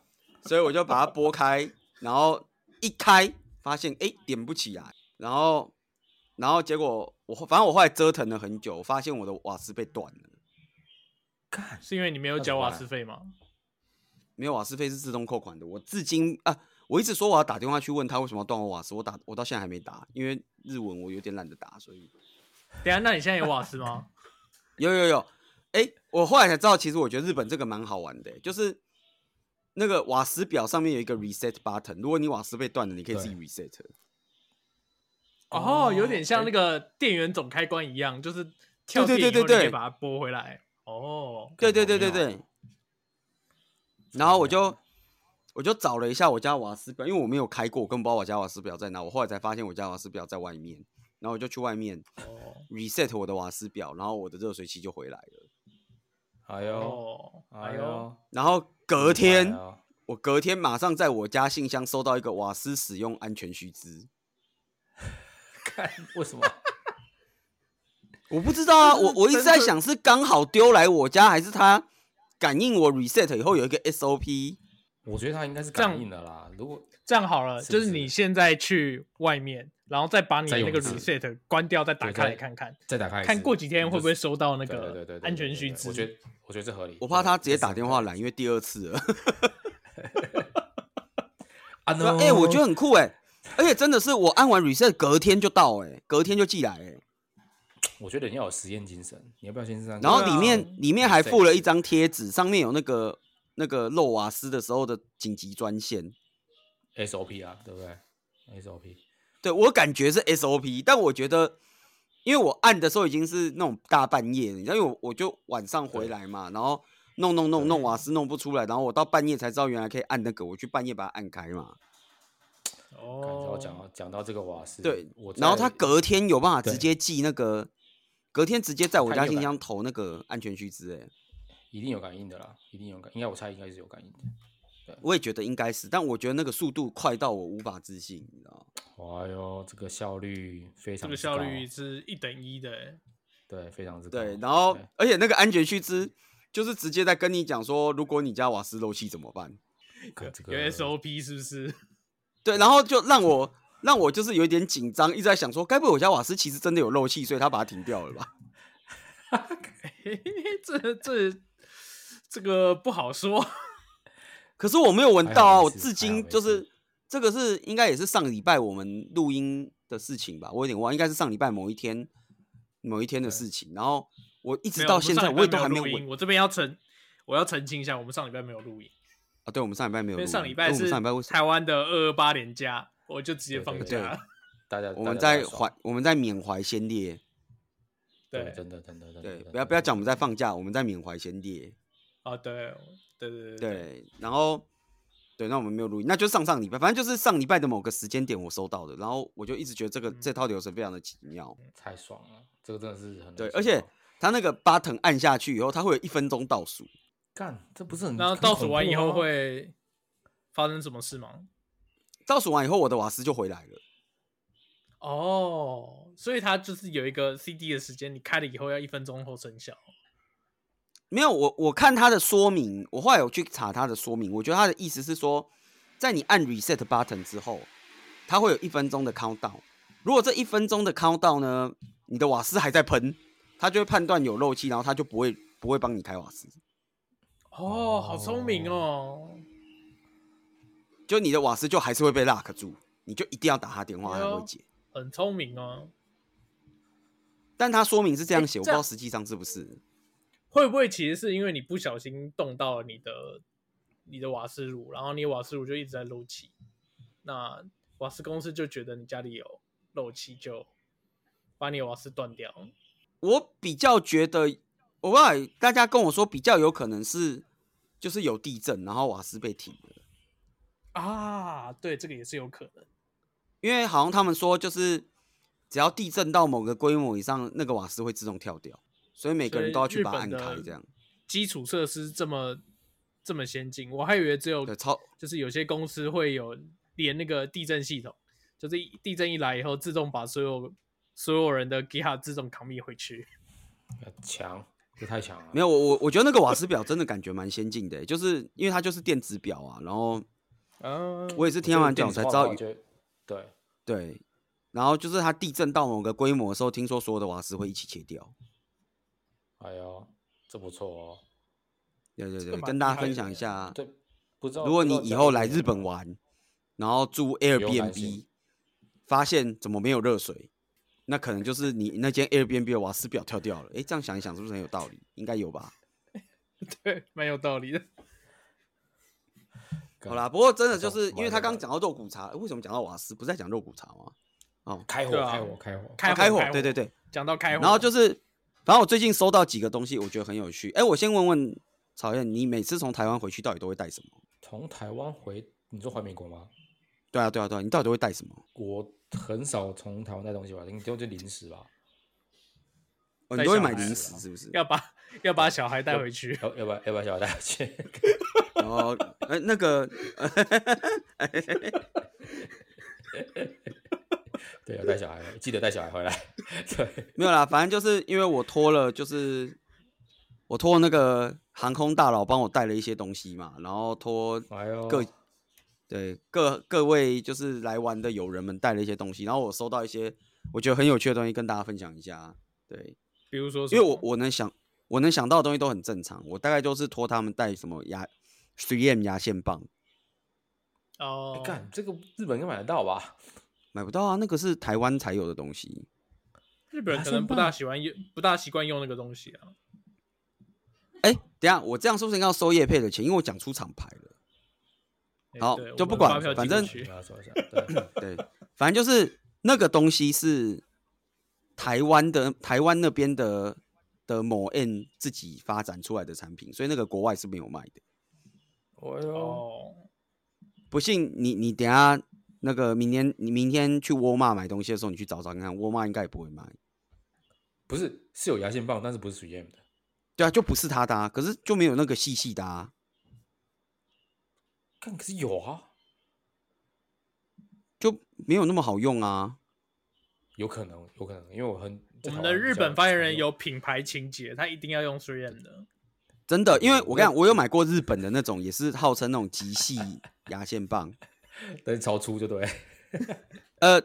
S2: 所以我就把它拨开，然后一开发现哎、诶点不起来，然后然后结果我后反正我后来折腾了很久，我发现我的瓦斯被断了，
S3: 干
S1: 是因为你没有
S3: 那
S1: 缴
S3: 怎么
S1: 瓦
S3: 办
S1: 斯费吗？
S2: 没有瓦斯费是自动扣款的，我至今啊。我一直说我要打电话去问他为什么要断我瓦斯，我打我到现在还没打，因为日文我有点懒得打，所以
S1: 等一下，那你现在有瓦斯吗？
S2: 有有有，哎、我后来才知道，其实我觉得日本这个蛮好玩的、欸就是那个瓦斯表上面有一个 reset button，如果你瓦斯被断了，你可以自己 reset。
S1: 哦，有点像
S3: 哎
S1: 那个电源总开关一样，就是跳
S2: 对
S1: 电
S2: 对
S1: 以后
S2: 对
S1: 你
S2: 对
S1: 可以把它拨回来。哦，
S2: 对
S3: 干
S2: 对
S3: 好
S2: 对对
S3: 妙
S2: 对
S3: 哦。
S2: 然后我
S3: 妙
S2: 就我就找了一下我家瓦斯表，因为我没有开过，我根本不知道我家瓦斯表在哪。我后来才发现我家瓦斯表在外面，然后我就去外面
S1: 哦
S2: reset 我的瓦斯表，然后我的热水器就回来了。
S3: 哎呦
S1: 哦，
S3: 哎
S1: 哎呦，
S3: 呦，
S2: 然后隔天，
S3: 哎呦
S2: 我隔天马上在我家信箱收到一个瓦斯使用安全须知，
S3: 看为什么？
S2: 我不知道啊，我我一直在想是刚好丢来我家，还是他感应我 reset 以后有一个 SOP。
S3: 我觉得他应该是
S1: 这样
S3: 感应的啦。如果
S1: 这样好了，
S3: 是不
S1: 就是
S3: 是
S1: 你现在去外面，然后再把你的
S3: 再用
S1: 那个
S3: 一次
S1: reset 关掉，再打
S3: 对
S1: 开
S3: 再
S1: 来看看，
S3: 再打开一
S1: 看
S3: 次
S1: 过几天
S3: 你
S1: 会
S3: 就
S1: 不会
S3: 是
S1: 收到那
S3: 对对对
S1: 个
S3: 对对
S1: 安
S3: 对
S1: 全
S3: 对
S1: 须
S3: 对
S1: 知。
S3: 我觉得我觉得这合理。
S2: 我怕他直接
S3: 这是
S2: 打
S3: 合
S2: 电
S3: 理
S2: 话
S3: 的
S2: 来，因为第二次了。
S3: 啊
S2: 对啊
S3: no！
S2: 哎、我觉得很酷哎、而且真的是我按完 reset 隔天就到哎、隔天就寄来哎、
S3: 我觉得你要有实验精神，你要不要先上？
S2: 然后
S1: 对
S2: 里
S1: 啊
S2: 面、里面还
S3: reset
S2: 附了一张贴纸，上面有那个那个漏瓦斯的时候的紧急专线。
S3: SOP 啊，对不对？SOP
S2: 对我感觉是 SOP，但我觉得，因为我按的时候已经是那种大半夜了，你知道，因为我我就晚上回
S3: 对
S2: 来嘛，然后弄弄弄
S3: 对
S2: 弄瓦斯弄不出来，然后我到半夜才知道原来可以按那个，我去半夜把它按开嘛。
S3: 感觉我讲
S1: 哦，
S3: 到讲到这个瓦斯，
S2: 对
S3: 我，
S2: 然后
S3: 在
S2: 他隔天有办法直
S3: 对
S2: 接寄那个，隔天直接在我
S3: 他
S2: 家
S3: 有
S2: 信
S3: 感
S2: 箱投那个安全须知、欸，
S3: 一定有感应的啦，一定有感，应该我猜应该是有感应的。
S2: 我也觉得应该是，但我觉得那个速度快到我无法置信，你知道吗？
S3: 哎呦，这个效率非
S1: 这
S3: 常
S1: 个
S3: 之
S1: 效
S3: 高啊
S1: 率是一等一的欸。
S3: 对非常之高。啊
S2: 对，然后
S3: 哦对
S2: 而且那个安全须知就是直接在跟你讲说，如果你家瓦斯漏气怎么办？
S3: 看这
S1: 有
S3: 个
S1: SOP 是不是？
S2: 对，然后就让我让我就是有一点紧张，一直在想说，该不会我家瓦斯其实真的有漏气，所以他把它停掉了吧？
S1: 这这这个不好说。
S2: 可是我没有闻
S3: 还好
S2: 到啊，
S3: 没
S2: 我
S3: 事
S2: 至
S3: 还好
S2: 今
S3: 没
S2: 就
S3: 事
S2: 是这个是应该也是上礼拜我们录音的事情吧，我有点忘，应该是上礼拜某一天某一天的事情，然后我一
S1: 没
S2: 直
S1: 有
S2: 到
S1: 我们
S2: 现
S1: 上
S2: 在
S1: 礼
S2: 我
S1: 拜
S2: 也都还
S1: 没
S2: 没
S1: 有
S2: 有
S1: 录
S2: 闻
S1: 音。我这边要澄，我要澄清一下，我们上礼拜没有录音，
S2: 啊，对我们上礼拜没有
S1: 因为
S2: 录音，
S1: 上礼
S2: 哎
S1: 拜
S2: 我们
S1: 是
S2: 上礼拜为什
S1: 台湾的二二八连假，我就直接
S3: 对
S1: 放
S3: 对
S1: 假
S2: 对
S1: 了。
S3: 大家
S2: 我们
S3: 大家
S2: 在
S3: 都爽
S2: 怀我们在缅怀先烈，
S3: 对，
S1: 对，
S3: 真的真的真的
S2: 对
S3: 真，的
S2: 不要不要讲我们
S1: 哦
S2: 在放假，我们在缅怀先烈。
S1: 啊，对，对对对对
S2: 对，然后对，那我们没有录音，那就上上礼拜，反正就是上礼拜的某个时间点我收到的，然后我就一直觉得这个、这套流程非常的奇妙。
S3: 太爽了，这个真的是很
S2: 对，
S3: 难
S2: 而
S3: 想
S2: 且
S3: 到
S2: 它那个 button 按下去以后，它会有一分钟倒数，
S3: 干这不是很
S1: 然后
S3: 很
S1: 倒数
S3: 恐
S1: 完
S3: 怖
S1: 以后
S3: 吗
S1: 会发生什么事吗？
S2: 倒数完以后我的瓦斯就回来了。
S1: 哦，所以它就是有一个 CD 的时间，你开了以后要一分钟后生效。
S2: 没有，我我看它的说明，我后来有去查它的说明，我觉得它的意思是说，在你按 reset button 之后，它会有一分钟的 countdown。如果这一分钟的 countdown 呢，你的瓦斯还在喷，它就会判断有漏气，然后它就不会不会帮你开瓦斯。
S1: 哦，好聪明哦！
S2: 就你的瓦斯就还是会被 lock 住，你就一定要打他电话，
S1: 哎
S2: 他
S1: 呦
S2: 会接。
S1: 很聪明哦。
S2: 但他说明是这样写，我不
S1: 这
S2: 知
S1: 样
S2: 道实际上是不
S1: 哎
S2: 是。
S1: 会不会其实是因为你不小心动到了你的你的瓦斯炉，然后你瓦斯炉就一直在漏气，那瓦斯公司就觉得你家里有漏气，就把你的瓦斯断掉。
S2: 我比较觉得，我不知道大家跟我说比较有可能是就是有地震，然后瓦斯被停了，
S1: 啊，对，这个也是有可能。
S2: 因为好像他们说就是只要地震到某个规模以上，那个瓦斯会自动跳掉，所以每个人都要去把它按开这样。。
S1: 基础设施这么这么先进，我还以为只有
S2: 对，超
S1: 就是有些公司会有连那个地震系统，就是一地震一来以后，自动把所有所有人的 GitHub 自动 commit 回去。
S3: 呃强，这太强了。
S2: 没有我我我觉得那个瓦斯表真的感觉蛮先进的、就是因为它就是电子表啊，然后
S1: 嗯，
S2: 我也是听他们讲才知道
S3: 我觉得对，
S2: 对，然后就是它地震到某个规模的时候，听说所有的瓦斯会一起切掉。
S3: 哎呦，这不错哦。
S2: 对对
S1: 这
S2: 对，
S1: 个蛮
S2: 跟
S1: 厉
S2: 大家
S1: 害
S2: 分
S1: 的
S2: 享一
S1: 耶
S2: 下，
S3: 对，不知道
S2: 如果
S3: 不知
S2: 你
S3: 道
S2: 以
S3: 讲
S2: 后
S3: 这
S2: 来
S3: 个
S2: 日本玩，然后住
S3: 用担心
S2: Airbnb，发现怎么没有热水，那可能就是你那间 Airbnb 的瓦斯表跳掉了。诶，这样想一想是不是很有道理？应该有吧。
S1: 对， 蛮有道理的。
S2: 好啦，，不过真的就
S3: 这种
S2: 是因为他刚
S3: 蛮有
S2: 刚讲
S3: 道理
S2: 到肉骨茶，诶为什么讲到瓦斯？不是在讲肉骨茶吗？哦，
S3: 开火，
S1: 对啊
S3: 开火，开火，
S1: 开
S2: 啊开
S1: 火，
S2: 对对对。
S1: 讲到开火，
S2: 然后就是，反正我最近收到几个东西，我觉得很有趣。诶，我先问问曹燕，你每次从台湾回去到底都会带什么？
S3: 从台湾回，你说回美国吗？
S2: 对啊，对啊，对啊，你到底都会带什么？
S3: 我很少从台湾带东西吧，顶多就零食吧，
S2: 哦，
S1: 带
S2: 你都会
S1: 小
S2: 买
S1: 孩
S2: 零
S1: 啊
S2: 食是不是？
S1: 要把要把小孩带回去。
S3: 要要不要要不要小孩带回去？
S2: 然后，呃，那个，
S3: 对，要带小孩，记得带小孩回来。对，
S2: 没有啦，反正就是因为我托了，就是我托那个航空大佬帮我带了一些东西嘛，然后托
S3: 哎呦，
S2: 各对各各位就是来玩的友人们带了一些东西，然后我收到一些我觉得很有趣的东西跟大家分享一下。对，
S1: 比如说什
S2: 因
S1: 么，
S2: 为我我能想我能想到的东西都很正常，我大概就是托他们带什么牙 3M 牙线棒，
S1: 哦
S3: 哎，干这个日本应该买得到吧？
S2: 买不到啊，那个是台湾才有的东西。
S1: 日本人可
S3: 麻生
S1: 能不
S3: 棒
S1: 大喜欢用，不大习惯用那个东西啊。
S2: 哎、等一下我这样是不是应该要收叶配的钱？因为我讲出厂牌了。
S1: 哎
S2: 好
S1: 对
S2: 就
S1: 我
S2: 不
S1: 们
S2: 管
S1: 发票
S2: 了反
S1: 寄过
S2: 正
S1: 去
S3: 我要说一下，对，
S2: 对，反正就是那个东西是台湾的台湾那边的的某 N 自己发展出来的产品，所以那个国外是没有卖的。
S3: 哎呦，
S1: 哦，
S2: 不信你你等一下那个明天你明天去沃尔玛买东西的时候，你去找找看看，沃尔玛应该也不会卖。
S3: 不是是有牙线棒，但是不是属于 M 的。
S2: 对啊，就不是他的、啊，可是就没有那个细细的啊。
S3: 干可是有啊，
S2: 就没有那么好用啊！
S3: 有可能，有可能，因为我很
S1: 我
S3: 在
S1: 们的
S3: 台湾
S1: 日
S3: 比较
S1: 本发言人
S3: 常
S1: 有品牌情节，他一定要用 3M 的。
S2: 真的，因为我跟你讲，我有买过日本的那种，也是号称那种极细牙线棒，
S3: 用，但是超出就对，
S2: 呃，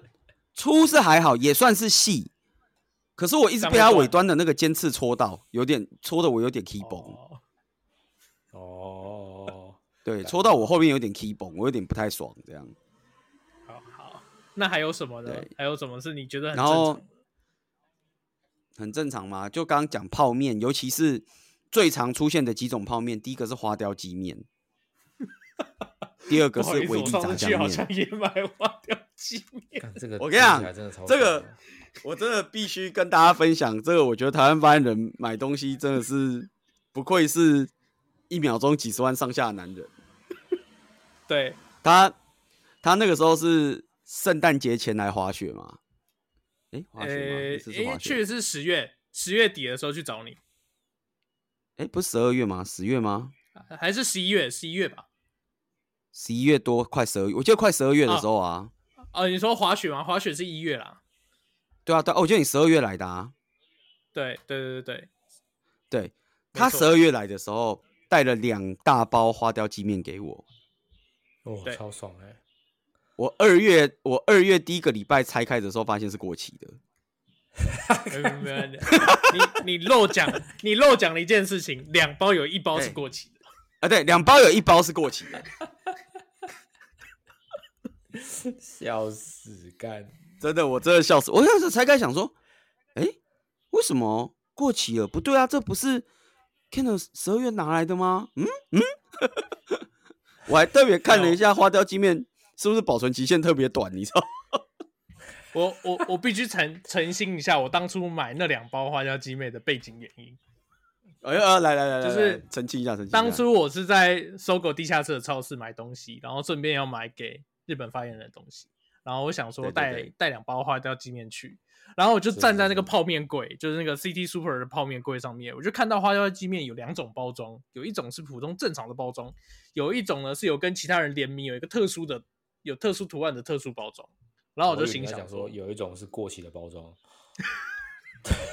S2: 粗是还好，也算是细，可是我一直被它尾端的那个尖刺戳到，有点戳的我有点 key 崩、
S1: 哦，
S3: 哦，
S2: 对，戳到我后面有点 key 崩，我有点不太爽这样。
S1: 好好，那还有什么呢
S2: 对？
S1: 还有什么是你觉得很
S2: 然
S1: 正常
S2: 后
S1: 的？
S2: 很正常嘛，就刚刚讲泡面，尤其是最常出现的几种泡面，第一个是花雕鸡面，第 二
S1: 不
S2: 个
S1: 好
S2: 是
S1: 意思，
S2: 维
S1: 我
S2: 力
S1: 上次
S2: 炸
S1: 去
S2: 酱
S1: 好
S2: 面
S1: 像。也买花雕 鸡面。
S3: 干这个
S2: 我跟你
S3: 听起
S2: 讲
S3: 来真的超
S2: 这
S3: 爽
S2: 个
S3: 的
S2: 我真的必须跟大家分享，这个我觉得台湾发言人买东西真的是不愧是一秒钟几十万上下的男人。
S1: 对，
S2: 他他那个时候是圣诞节前来滑雪嘛？哎、滑雪吗？
S1: 诶
S2: 那次是滑
S1: 去
S2: 雪？
S1: 的是十月十月底的时候去找你，
S2: 哎、不是十二月吗？十月吗？
S1: 啊还是十一月十一月吧？
S2: 十一月多，快十二月，我记得快十二月的时候啊。
S1: 哦，你说滑雪吗？滑雪是一月啦。
S2: 对啊，对啊哦我记得你十二月来的啊。
S1: 对对对对对，
S2: 对他
S1: 错
S2: 十二月来的时候带了两大包花雕鸡面给我，
S3: 哦
S1: 对，
S3: 超爽哎、
S2: 我二月我二月第一个礼拜拆开的时候发现是过期的。
S1: 没没没，你你漏讲，你漏讲了一件事情，两包有一包是
S2: 哎
S1: 过期的，
S2: 啊，对，两包有一包是过期的，
S3: 笑死干！
S2: 真的，我真的笑死。我那时候才开始想说，哎、为什么过期了？不对啊，这不是 Canon 十二月拿来的吗？嗯嗯， 我还特别看了一下花雕鸡面是不是保存期限特别短，你知道？
S1: 我我我必须澄澄清一下，我当初买那两包花椒鸡妹的背景原因。
S2: 哎呀，啊来来来来，
S1: 就是
S2: 来澄清一下，澄清一
S3: 啊
S2: 下。
S1: 当初我是在搜狗地下室的超市买东西，然后顺便要买给日本发言人的东西，然后我想说
S2: 对对
S1: 带
S2: 对
S1: 带两包花雕鸡面去，然后我就站在那个
S3: 是
S1: 泡面柜，就是那个 CT Super 的泡面柜上面，我就看到花雕鸡面有两种包装，有一种是普通正常的包装，有一种呢是有跟其他人联名，有一个特殊的有特殊图案的特殊包装，然后我就
S3: 以为
S1: 心
S3: 你要
S1: 想
S3: 讲说，有一种是过期的包装，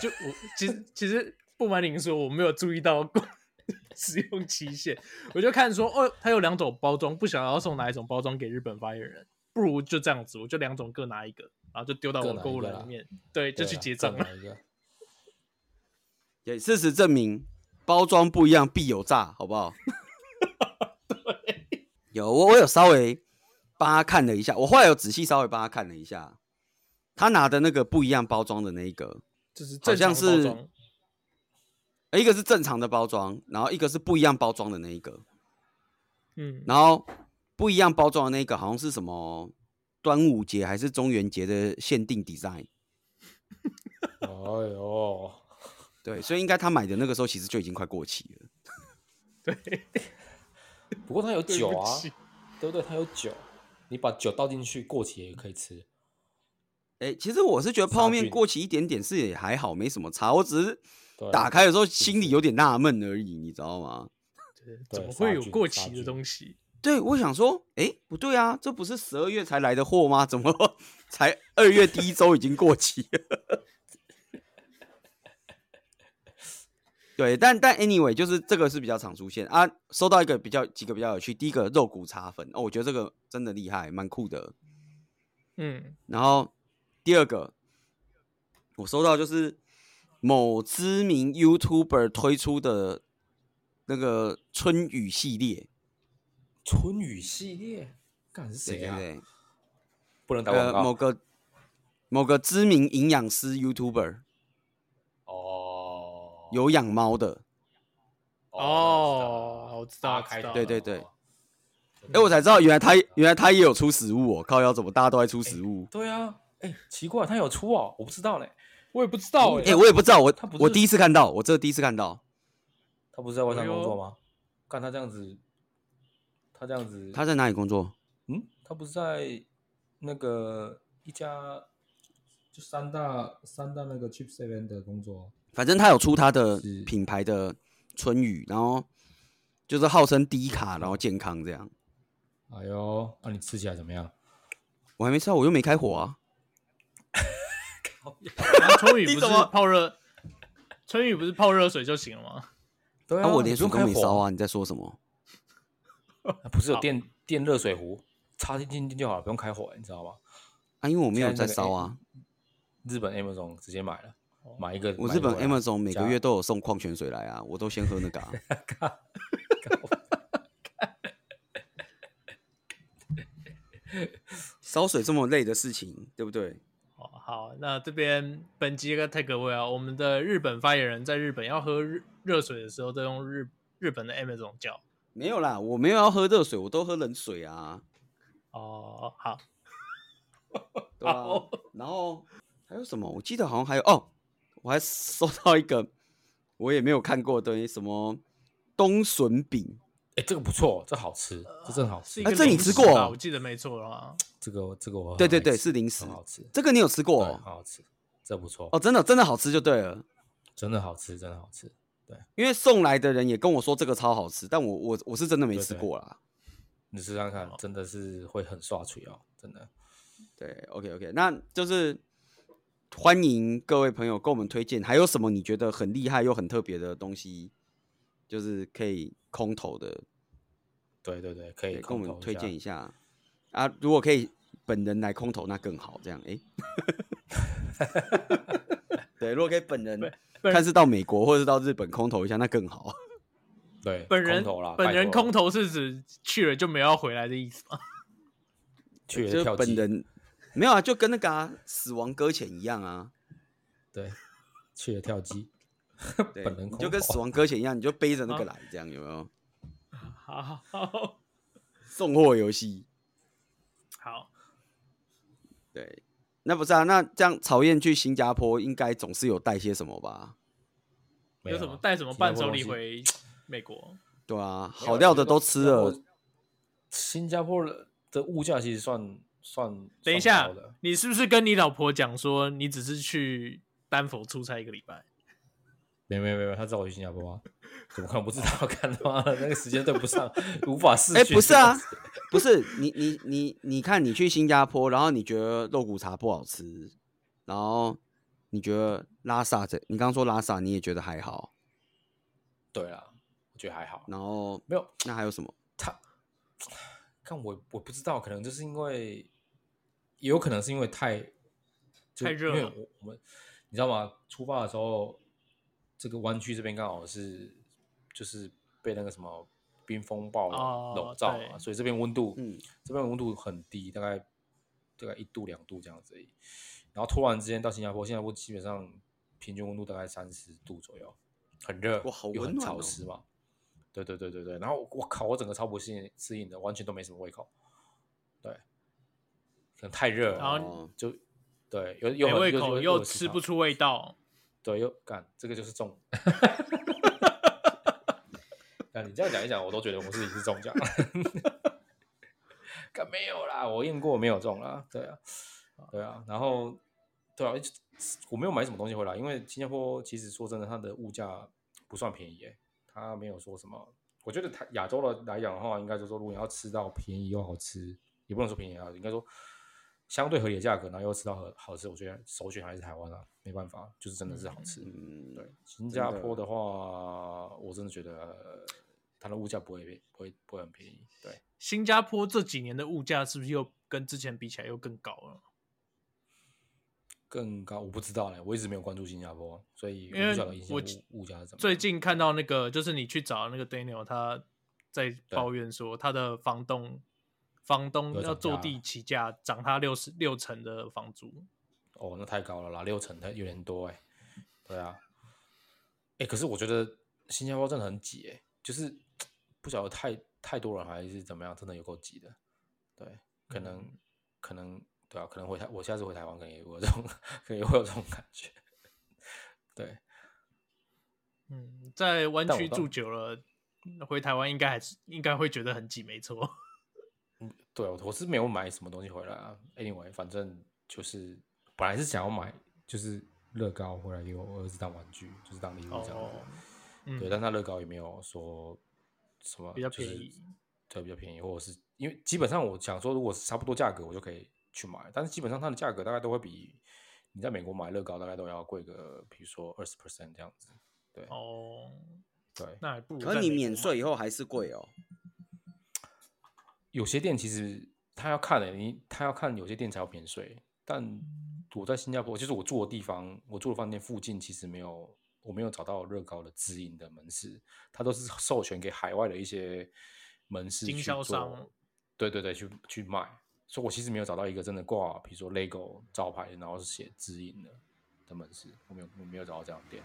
S1: 就我其实其实不瞒您说，我没有注意到过 使用期限，我就看说哦，它有两种包装，不晓得要送哪一种包装给日本发言人，不如就这样子，我就两种各拿一个，然后就丢到
S3: 各
S1: 我的
S3: 拿
S1: 购
S3: 一
S1: 物
S3: 个
S1: 篮里
S3: 啦
S1: 面，对，就
S3: 对啊
S1: 去
S3: 啦
S1: 结账
S3: 各
S1: 了。
S3: 拿一个
S2: 也事实证明，包装不一样必有诈，好不好？有我我有稍微帮他看了一下，我后来有仔细稍微帮他看了一下，他拿的那个不一样包装的那一个，
S1: 就是
S2: 好
S1: 正常
S2: 像
S1: 的包
S2: 是
S1: 装，
S2: 呃一个是正常的包装，然后一个是不一样包装的那一个，
S1: 嗯，
S2: 然后不一样包装的那一个好像是什么端午节还是中元节的限定 design，
S3: 哎呦，
S2: 对，所以应该他买的那个时候其实就已经快过期了。
S1: 对，
S3: 不过它有
S1: 对
S3: 酒
S1: 不
S3: 啊，
S1: 起
S3: 对不对？它有酒，你把酒倒进去，过期也可以吃。
S2: 哎、其实我是觉得泡
S3: 杀
S2: 面
S3: 菌
S2: 过期一点点是也还好，没什么差，我只是。
S3: 对，啊
S2: 打开的时候心里有点纳闷而已，你知道吗？
S1: 对怎
S3: 对
S1: 么
S3: 杀
S1: 会有
S3: 菌
S1: 过
S3: 杀
S1: 期的
S3: 菌
S1: 东西？
S2: 对，我想说，哎、不对啊，这不是十二月才来的货吗？怎么 才二月第一周已经过期了？对，但但 anyway，就是这个是比较常出现啊。收到一个比较几个比较有趣，第一个肉骨茶粉哦，我觉得这个真的厉害，蛮酷的。
S1: 嗯，
S2: 然后第二个，我收到就是某知名 YouTuber 推出的那个春雨系列，
S3: 春雨系列，干是
S2: 对
S3: 谁
S2: 对
S3: 啊？
S2: 对，
S3: 不能打广
S2: 呃，某
S3: 告
S2: 个某个知名营养师 YouTuber
S3: 哦。
S2: 有养猫的，
S1: 哦，我知道，
S3: 大
S1: 我知
S3: 开
S1: 道
S3: 头，
S2: 对对对
S3: 哦。
S2: 哎、我才知道原来他原来他也有出食物哦，靠腰怎么大家都在出食物？
S3: 对啊，哎、奇怪，他有出哦，我不知道嘞。
S1: 我也不知道
S3: 嗯
S2: 哎、
S1: 哎，
S2: 我也不知道，我
S3: 哦他不是
S2: 我第一次看到，我这第一次看到，
S3: 他不是在外
S1: 哎
S3: 商
S1: 呦
S3: 工作吗？看他这样子，他这样子，
S2: 他在哪里工作？
S3: 嗯，他不是在那个一家就三大三大那个 Chip Seven 的工作，
S2: 反正他有出他的
S3: 是
S2: 品牌的春雨，然后就是号称低卡，然后健康这样。
S3: 哎呦，那、你吃起来怎么样？
S2: 我还没吃到，我又没开火啊。
S1: 春雨
S2: 你
S1: 不是
S2: 怎么
S1: 泡热，春雨不是泡热水就行了吗？
S3: 对
S2: 啊，我连水
S3: 你不
S2: 都
S3: 用
S2: 没
S3: 开火
S2: 烧啊！你在说什么？
S3: 啊，不是有电电热水壶，插进进去就好了，不用开火，你知道吗？
S2: 啊，因为我没有
S3: 现
S2: 在
S3: 在那个
S2: 烧啊。
S3: 日本 Amazon 直接买了，买一个。
S2: 我
S3: 买
S2: 日本
S3: 回来
S2: Amazon 每个
S3: 加
S2: 月都有送矿泉水来啊，我都先喝那个、 啊。烧水这么累的事情，对不对？
S1: 哦，好，那这边本集的 takeaway 啊，我们的日本发言人在日本要喝热热水的时候，都用日日本的 Amazon 叫。
S2: 没有啦，我没有要喝热水，我都喝冷水啊。
S1: 哦，好，
S2: 对啊
S1: 好，
S2: 然后还有什么？我记得好像还有哦，我还收到一个我也没有看过的东西，什么冬笋饼，
S3: 哎，这个不错，这好吃，这真的好
S1: 是
S3: 吃
S1: 一。个
S2: 哎这你
S1: 零食
S2: 吃过
S1: 吧
S2: 哦
S1: 我记得没错的话，
S3: 这个我这个我很
S2: 对对
S3: 爱
S2: 对，
S3: 吃
S2: 是零食
S3: 很，好吃，
S2: 这个你有吃过
S3: 对，
S2: 哦
S3: 很？好吃，这不错
S2: 哦，真的真的好吃就对了。
S3: 真的好吃，真的好吃。
S2: 因为送来的人也跟我说这个超好吃，但我我我是真的没
S3: 对
S2: 吃
S3: 对
S2: 过啦。
S3: 你试看看，真的是会很刷嘴哦，真的。
S2: 对 o k OK，那就是欢迎各位朋友跟我们推荐，还有什么你觉得很厉害又很特别的东西，就是可以空投的，
S3: 对对对，可以
S2: 对，跟我
S3: 空
S2: 们
S3: 投
S2: 推荐一
S3: 下。
S2: 下啊。如果可以本人来空投，那更好。这样，哎、 对，如果可以本人，
S1: 本
S2: 看是到美国或者是到日本空投一下，那更好。
S3: 对，
S1: 本人
S3: 空投啦，
S1: 本人空
S3: 投
S1: 投是指去了就没有要回来的意思吗？
S3: 去
S2: 就
S3: 了
S2: 是
S3: 票
S2: 本
S3: 机，
S2: 人没有啊，就跟那个、啊、死亡搁浅一样啊。
S3: 对，去了跳机，
S2: 对，
S3: 本人
S2: 你
S3: 空
S2: 就跟
S3: 投
S2: 死亡搁浅一样，你就背着那个来，这样有没有？
S1: 好好
S2: 送货游戏，
S1: 好，
S2: 对，那不是啊？那这样曹燕去新加坡，应该总是有带些什么吧？
S3: 没
S1: 有什么
S3: 啊
S1: 带什么
S3: 新加
S1: 伴
S3: 坡
S1: 手
S3: 东
S1: 礼
S3: 西
S1: 回美国？
S2: 对啊，
S3: 没有啊
S2: 好料
S3: 我觉
S2: 的
S3: 得
S2: 都吃了
S3: 新加坡。新加坡的物价其实算算
S1: 等一
S3: 算
S1: 下
S3: 高的，
S1: 你是不是跟你老婆讲说你只是去丹佛出差一个礼拜？
S3: 没没没没，他知道我去新加坡吗？怎么可能不知道？ 看他妈的那个时间对不上，无法视
S2: 哎，
S3: 觉。
S2: 不是啊，不是你你你你看，你去新加坡，然后你觉得肉骨茶不好吃，然后你觉得拉萨这，你刚刚说拉萨你也觉得还好，
S3: 对啊，我觉得还好，
S2: 然后
S3: 没有
S2: 那还有什么？
S3: 他，看我我不知道，可能就是因为，也有可能是因为太就
S1: 太热
S3: 因为
S1: 了
S3: 我我们你知道吗？出发的时候，这个湾区这边刚好是就是被那个什么冰风暴
S1: 哦
S3: 笼罩嘛，
S1: 对
S3: 所以这边温度，
S2: 嗯，
S3: 这边温度很低，大概大概一度两度这样子而已。然后突然之间到新加坡，新加坡基本上平均温度大概三十度左右，很热，
S2: 哇好
S3: 又
S2: 温
S3: 很
S2: 暖
S3: 潮
S2: 哦
S3: 湿嘛。对对对对对，然后我靠，我整个超不适应适应的，完全都没什么胃口。对，可能太热了，
S1: 然后
S2: 哦
S3: 就对，又又
S1: 没
S3: 很
S1: 胃口
S3: 又
S1: 又
S3: 有
S1: 吃
S3: 食
S1: 不
S3: 堂，
S1: 出味道，
S3: 对，又干这个就是中。呃但你这样讲一讲，我都觉得我自己是中奖。 干没有啦，我验过没有中啦，对啊，对啊，然后对啊，就我没有买什么东西回来，因为新加坡其实说真的，它的物价不算便宜、欸，它没有说什么。我觉得它亚洲的来讲的话，应该就是说，如果你要吃到便宜又好吃，也不能说便宜啊，应该说相对合理的价格，然后又吃到好好吃，我觉得首选还是台湾啊，没办法，就是真的是好吃。
S2: 嗯，
S3: 对，新
S2: 真
S3: 加
S2: 的
S3: 坡的话，我真的觉得呃它的物价不会便不会不会很便宜。对，
S1: 新加坡这几年的物价是不是又跟之前比起来又更高了？
S3: 更高我不知道嘞，我一直没有关注新加坡，所以我
S1: 因为
S3: 不晓得新加
S1: 我
S3: 坡
S1: 记
S3: 物价是怎么样。
S1: 最近看到那个，就是你去找那个 Daniel，他在
S3: 对
S1: 抱怨说他的房东房东
S3: 有
S1: 要
S3: 涨
S1: 坐
S3: 价
S1: 地起价，涨他六十六成的房租。
S3: 哦，那太高了啦，六成它有点多哎、对啊，哎、可是我觉得新加坡真的很挤哎、就是不晓得太太多人还是怎么样，真的有够挤的。对，可能、
S1: 嗯
S3: 可能对啊，可能回台我下次回台湾可能也会有这种， 可能也会有这种感觉。 对，
S1: 嗯，在湾
S3: 但我
S1: 区
S3: 倒
S1: 住久了，回台湾应该还是应该会觉得很挤，没错。
S3: 对，我我是没有买什么东西回来啊。Anyway，反正就是本来是想要买就是乐高回来给我儿子当玩具，就是当礼物这样子。
S1: 哦嗯，
S3: 对，但它乐高也没有说什么
S1: 比较
S3: 就是
S1: 便宜
S3: 对，比较便宜，或者是因为基本上我想说，如果是差不多价格，我就可以去买，但是基本上它的价格大概都会比你在美国买乐高大概都要贵个，比如说二十 percent 这样子。对
S1: 哦，
S3: 对，
S1: 那还不如在
S2: 可是你
S1: 美国
S2: 免
S1: 买
S2: 税以后还是贵哦。
S3: 有些店其实他要看的、欸你他要看有些店才要免税，
S1: 嗯
S3: 但我在新加坡，就是我住的地方，我住的饭店附近其实没有，我没有找到乐高的直营的门市，它都是授权给海外的一些门市
S1: 经
S3: 去
S1: 销
S3: 做
S1: 商，
S3: 对对对，去去卖，所以我其实没有找到一个真的挂，比如说 LEGO 招牌，然后是写直营的的门市，我没有我没有找到这样的店，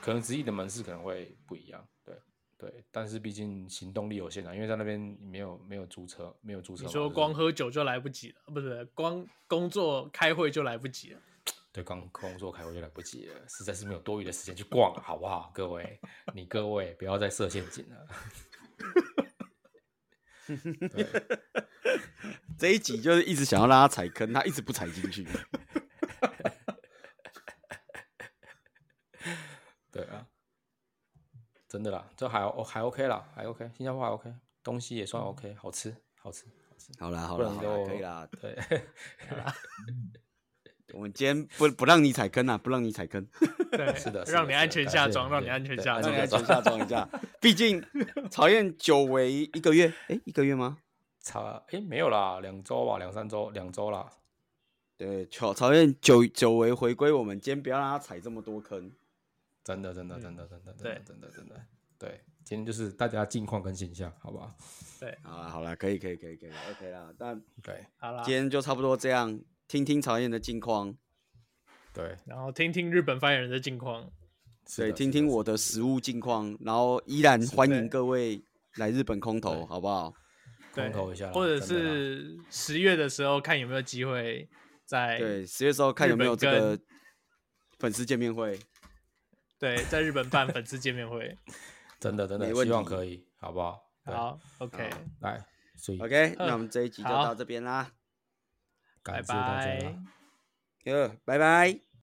S3: 可能直营的门市可能会不一样，对。对，但是毕竟行动力有限啊，因为在那边没有没有租车，没有租车
S1: 你
S3: 嘛。
S1: 说
S3: 就是
S1: 光喝酒就来不及了，不是光工作开会就来不及了。
S3: 对刚工作开会就来不及了，实在是没有多余的时间去逛了，好不好？各位，你各位不要再设陷阱了。对，
S2: 这一集就是一直想要让他踩坑，他一直不踩进去。
S3: 对啊，真的啦，这还哦还 OK 啦，还 OK，新加坡还 OK，东西也算 OK，好吃好吃好吃，
S2: 好啦，好
S3: 不
S2: 啦，
S3: 然
S2: 好
S3: 就
S2: 啦，可以啦。
S3: 对，
S2: 我们今天不不让你踩坑啊，不让你踩坑，
S1: 对，
S3: 是的是
S1: 让你
S3: 的是
S1: 安
S3: 的
S1: 全
S3: 感
S1: 下
S3: 谢
S1: 装，让你
S3: 对
S1: 安全
S3: 对
S1: 下
S3: 安
S2: 让
S1: 装
S2: 你。安全
S3: 全下
S2: 下装一下。毕竟曹燕久违一个月，哎、一个月吗？
S3: 差诶没有啦，两周吧，两三周，两周啦，
S2: 对，曹曹燕久久违回归我们，今天不要让他踩这么多坑。
S3: 真的真的真
S1: 嗯
S3: 的真的真
S1: 对
S3: 的真的真的，对，今天就是大家近况更新一下，好不好？
S2: 好啦，好啦，可以，可以，可以，可以，OK 啦。那
S3: 对
S1: 好啦，
S2: 今天就差不多这样，听听曹燕的近况，
S3: 对，
S1: 然后听听日本发言人的近况。
S3: 是
S2: 对，
S3: 的
S2: 听
S3: 是
S2: 听
S3: 的
S2: 我的食物近况，然后依然欢迎
S1: 对
S2: 各位来日本空投，
S3: 对
S2: 好不好？
S1: 对
S3: 空投一下啦，
S1: 或者
S3: 真的啦
S1: 是十月的时候看有没有机会在
S2: 对，十月时候看
S1: 哎日
S2: 有没
S1: 本
S2: 有这
S1: 跟
S2: 个粉丝见面会。
S1: 对在日本办粉丝见面会。
S3: 真的真的
S2: 没问
S3: 希望
S2: 题
S3: 可以，好不好？ 对，
S1: 好，OK，
S3: 来，所以
S2: OK，
S1: 嗯
S2: 那我们这一集就
S1: 好
S2: 到这边啦，
S1: 拜
S3: 感谢大家啦
S1: 拜。
S2: Ừ, 呃，拜拜。